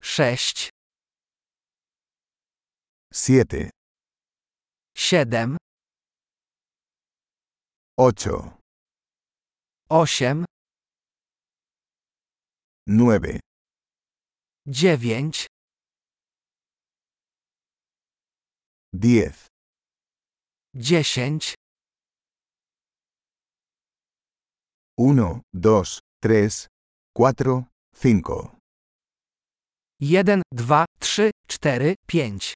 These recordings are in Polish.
sześć, 7, siedem, 8, osiem, 9, dziewięć, 10, dziesięć, 1, 2, 3, 4, 5, jeden, dwa, trzy, cztery, pięć,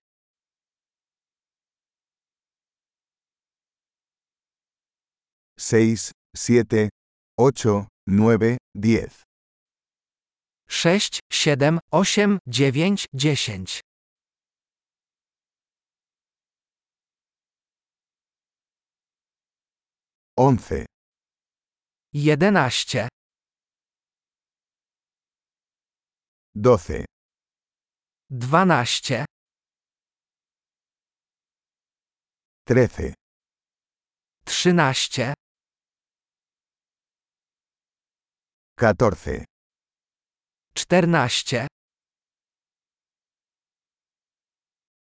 6, 7, 8, 9, 10, sześć, siedem, osiem, dziewięć, dziesięć, 11, jedenaście, 12, dwanaście, 13, trzynaście, 14, czternaście,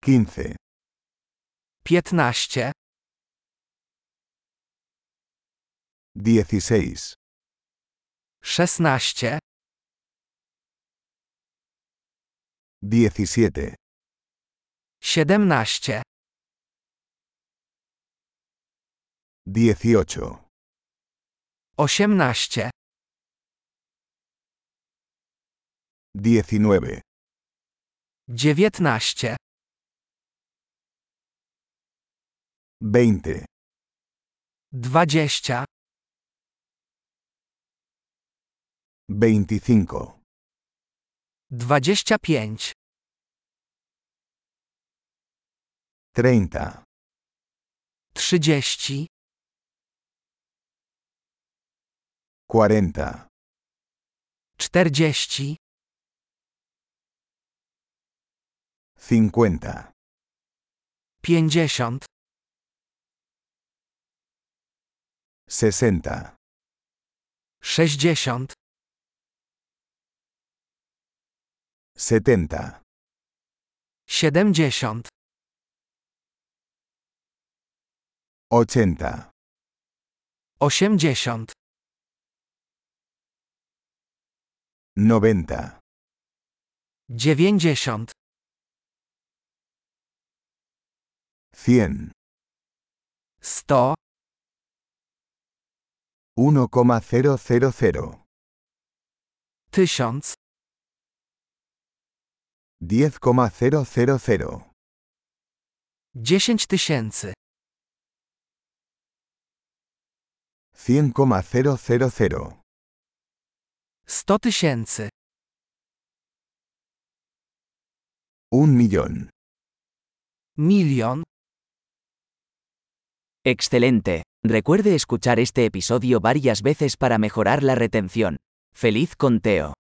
15, piętnaście, 16, szesnaście, 17, siedemnaście, 18, osiemnaście, 19, dziewiętnaście, 20, dwadzieścia, 25, dwadzieścia pięć, 30, trzydzieści, 40, czterdzieści, 50, pięćdziesiąt, 60, sześćdziesiąt, 70, siedemdziesiąt, 80, osiemdziesiąt, 90, dziewięćdziesiąt, 100, sto, 1,000, tysiąc, 10,000, dziesięć tysięcy, 100,000, sto tysięcy, 1 millón. milion. Excelente. Recuerde escuchar este episodio varias veces para mejorar la retención. ¡Feliz conteo!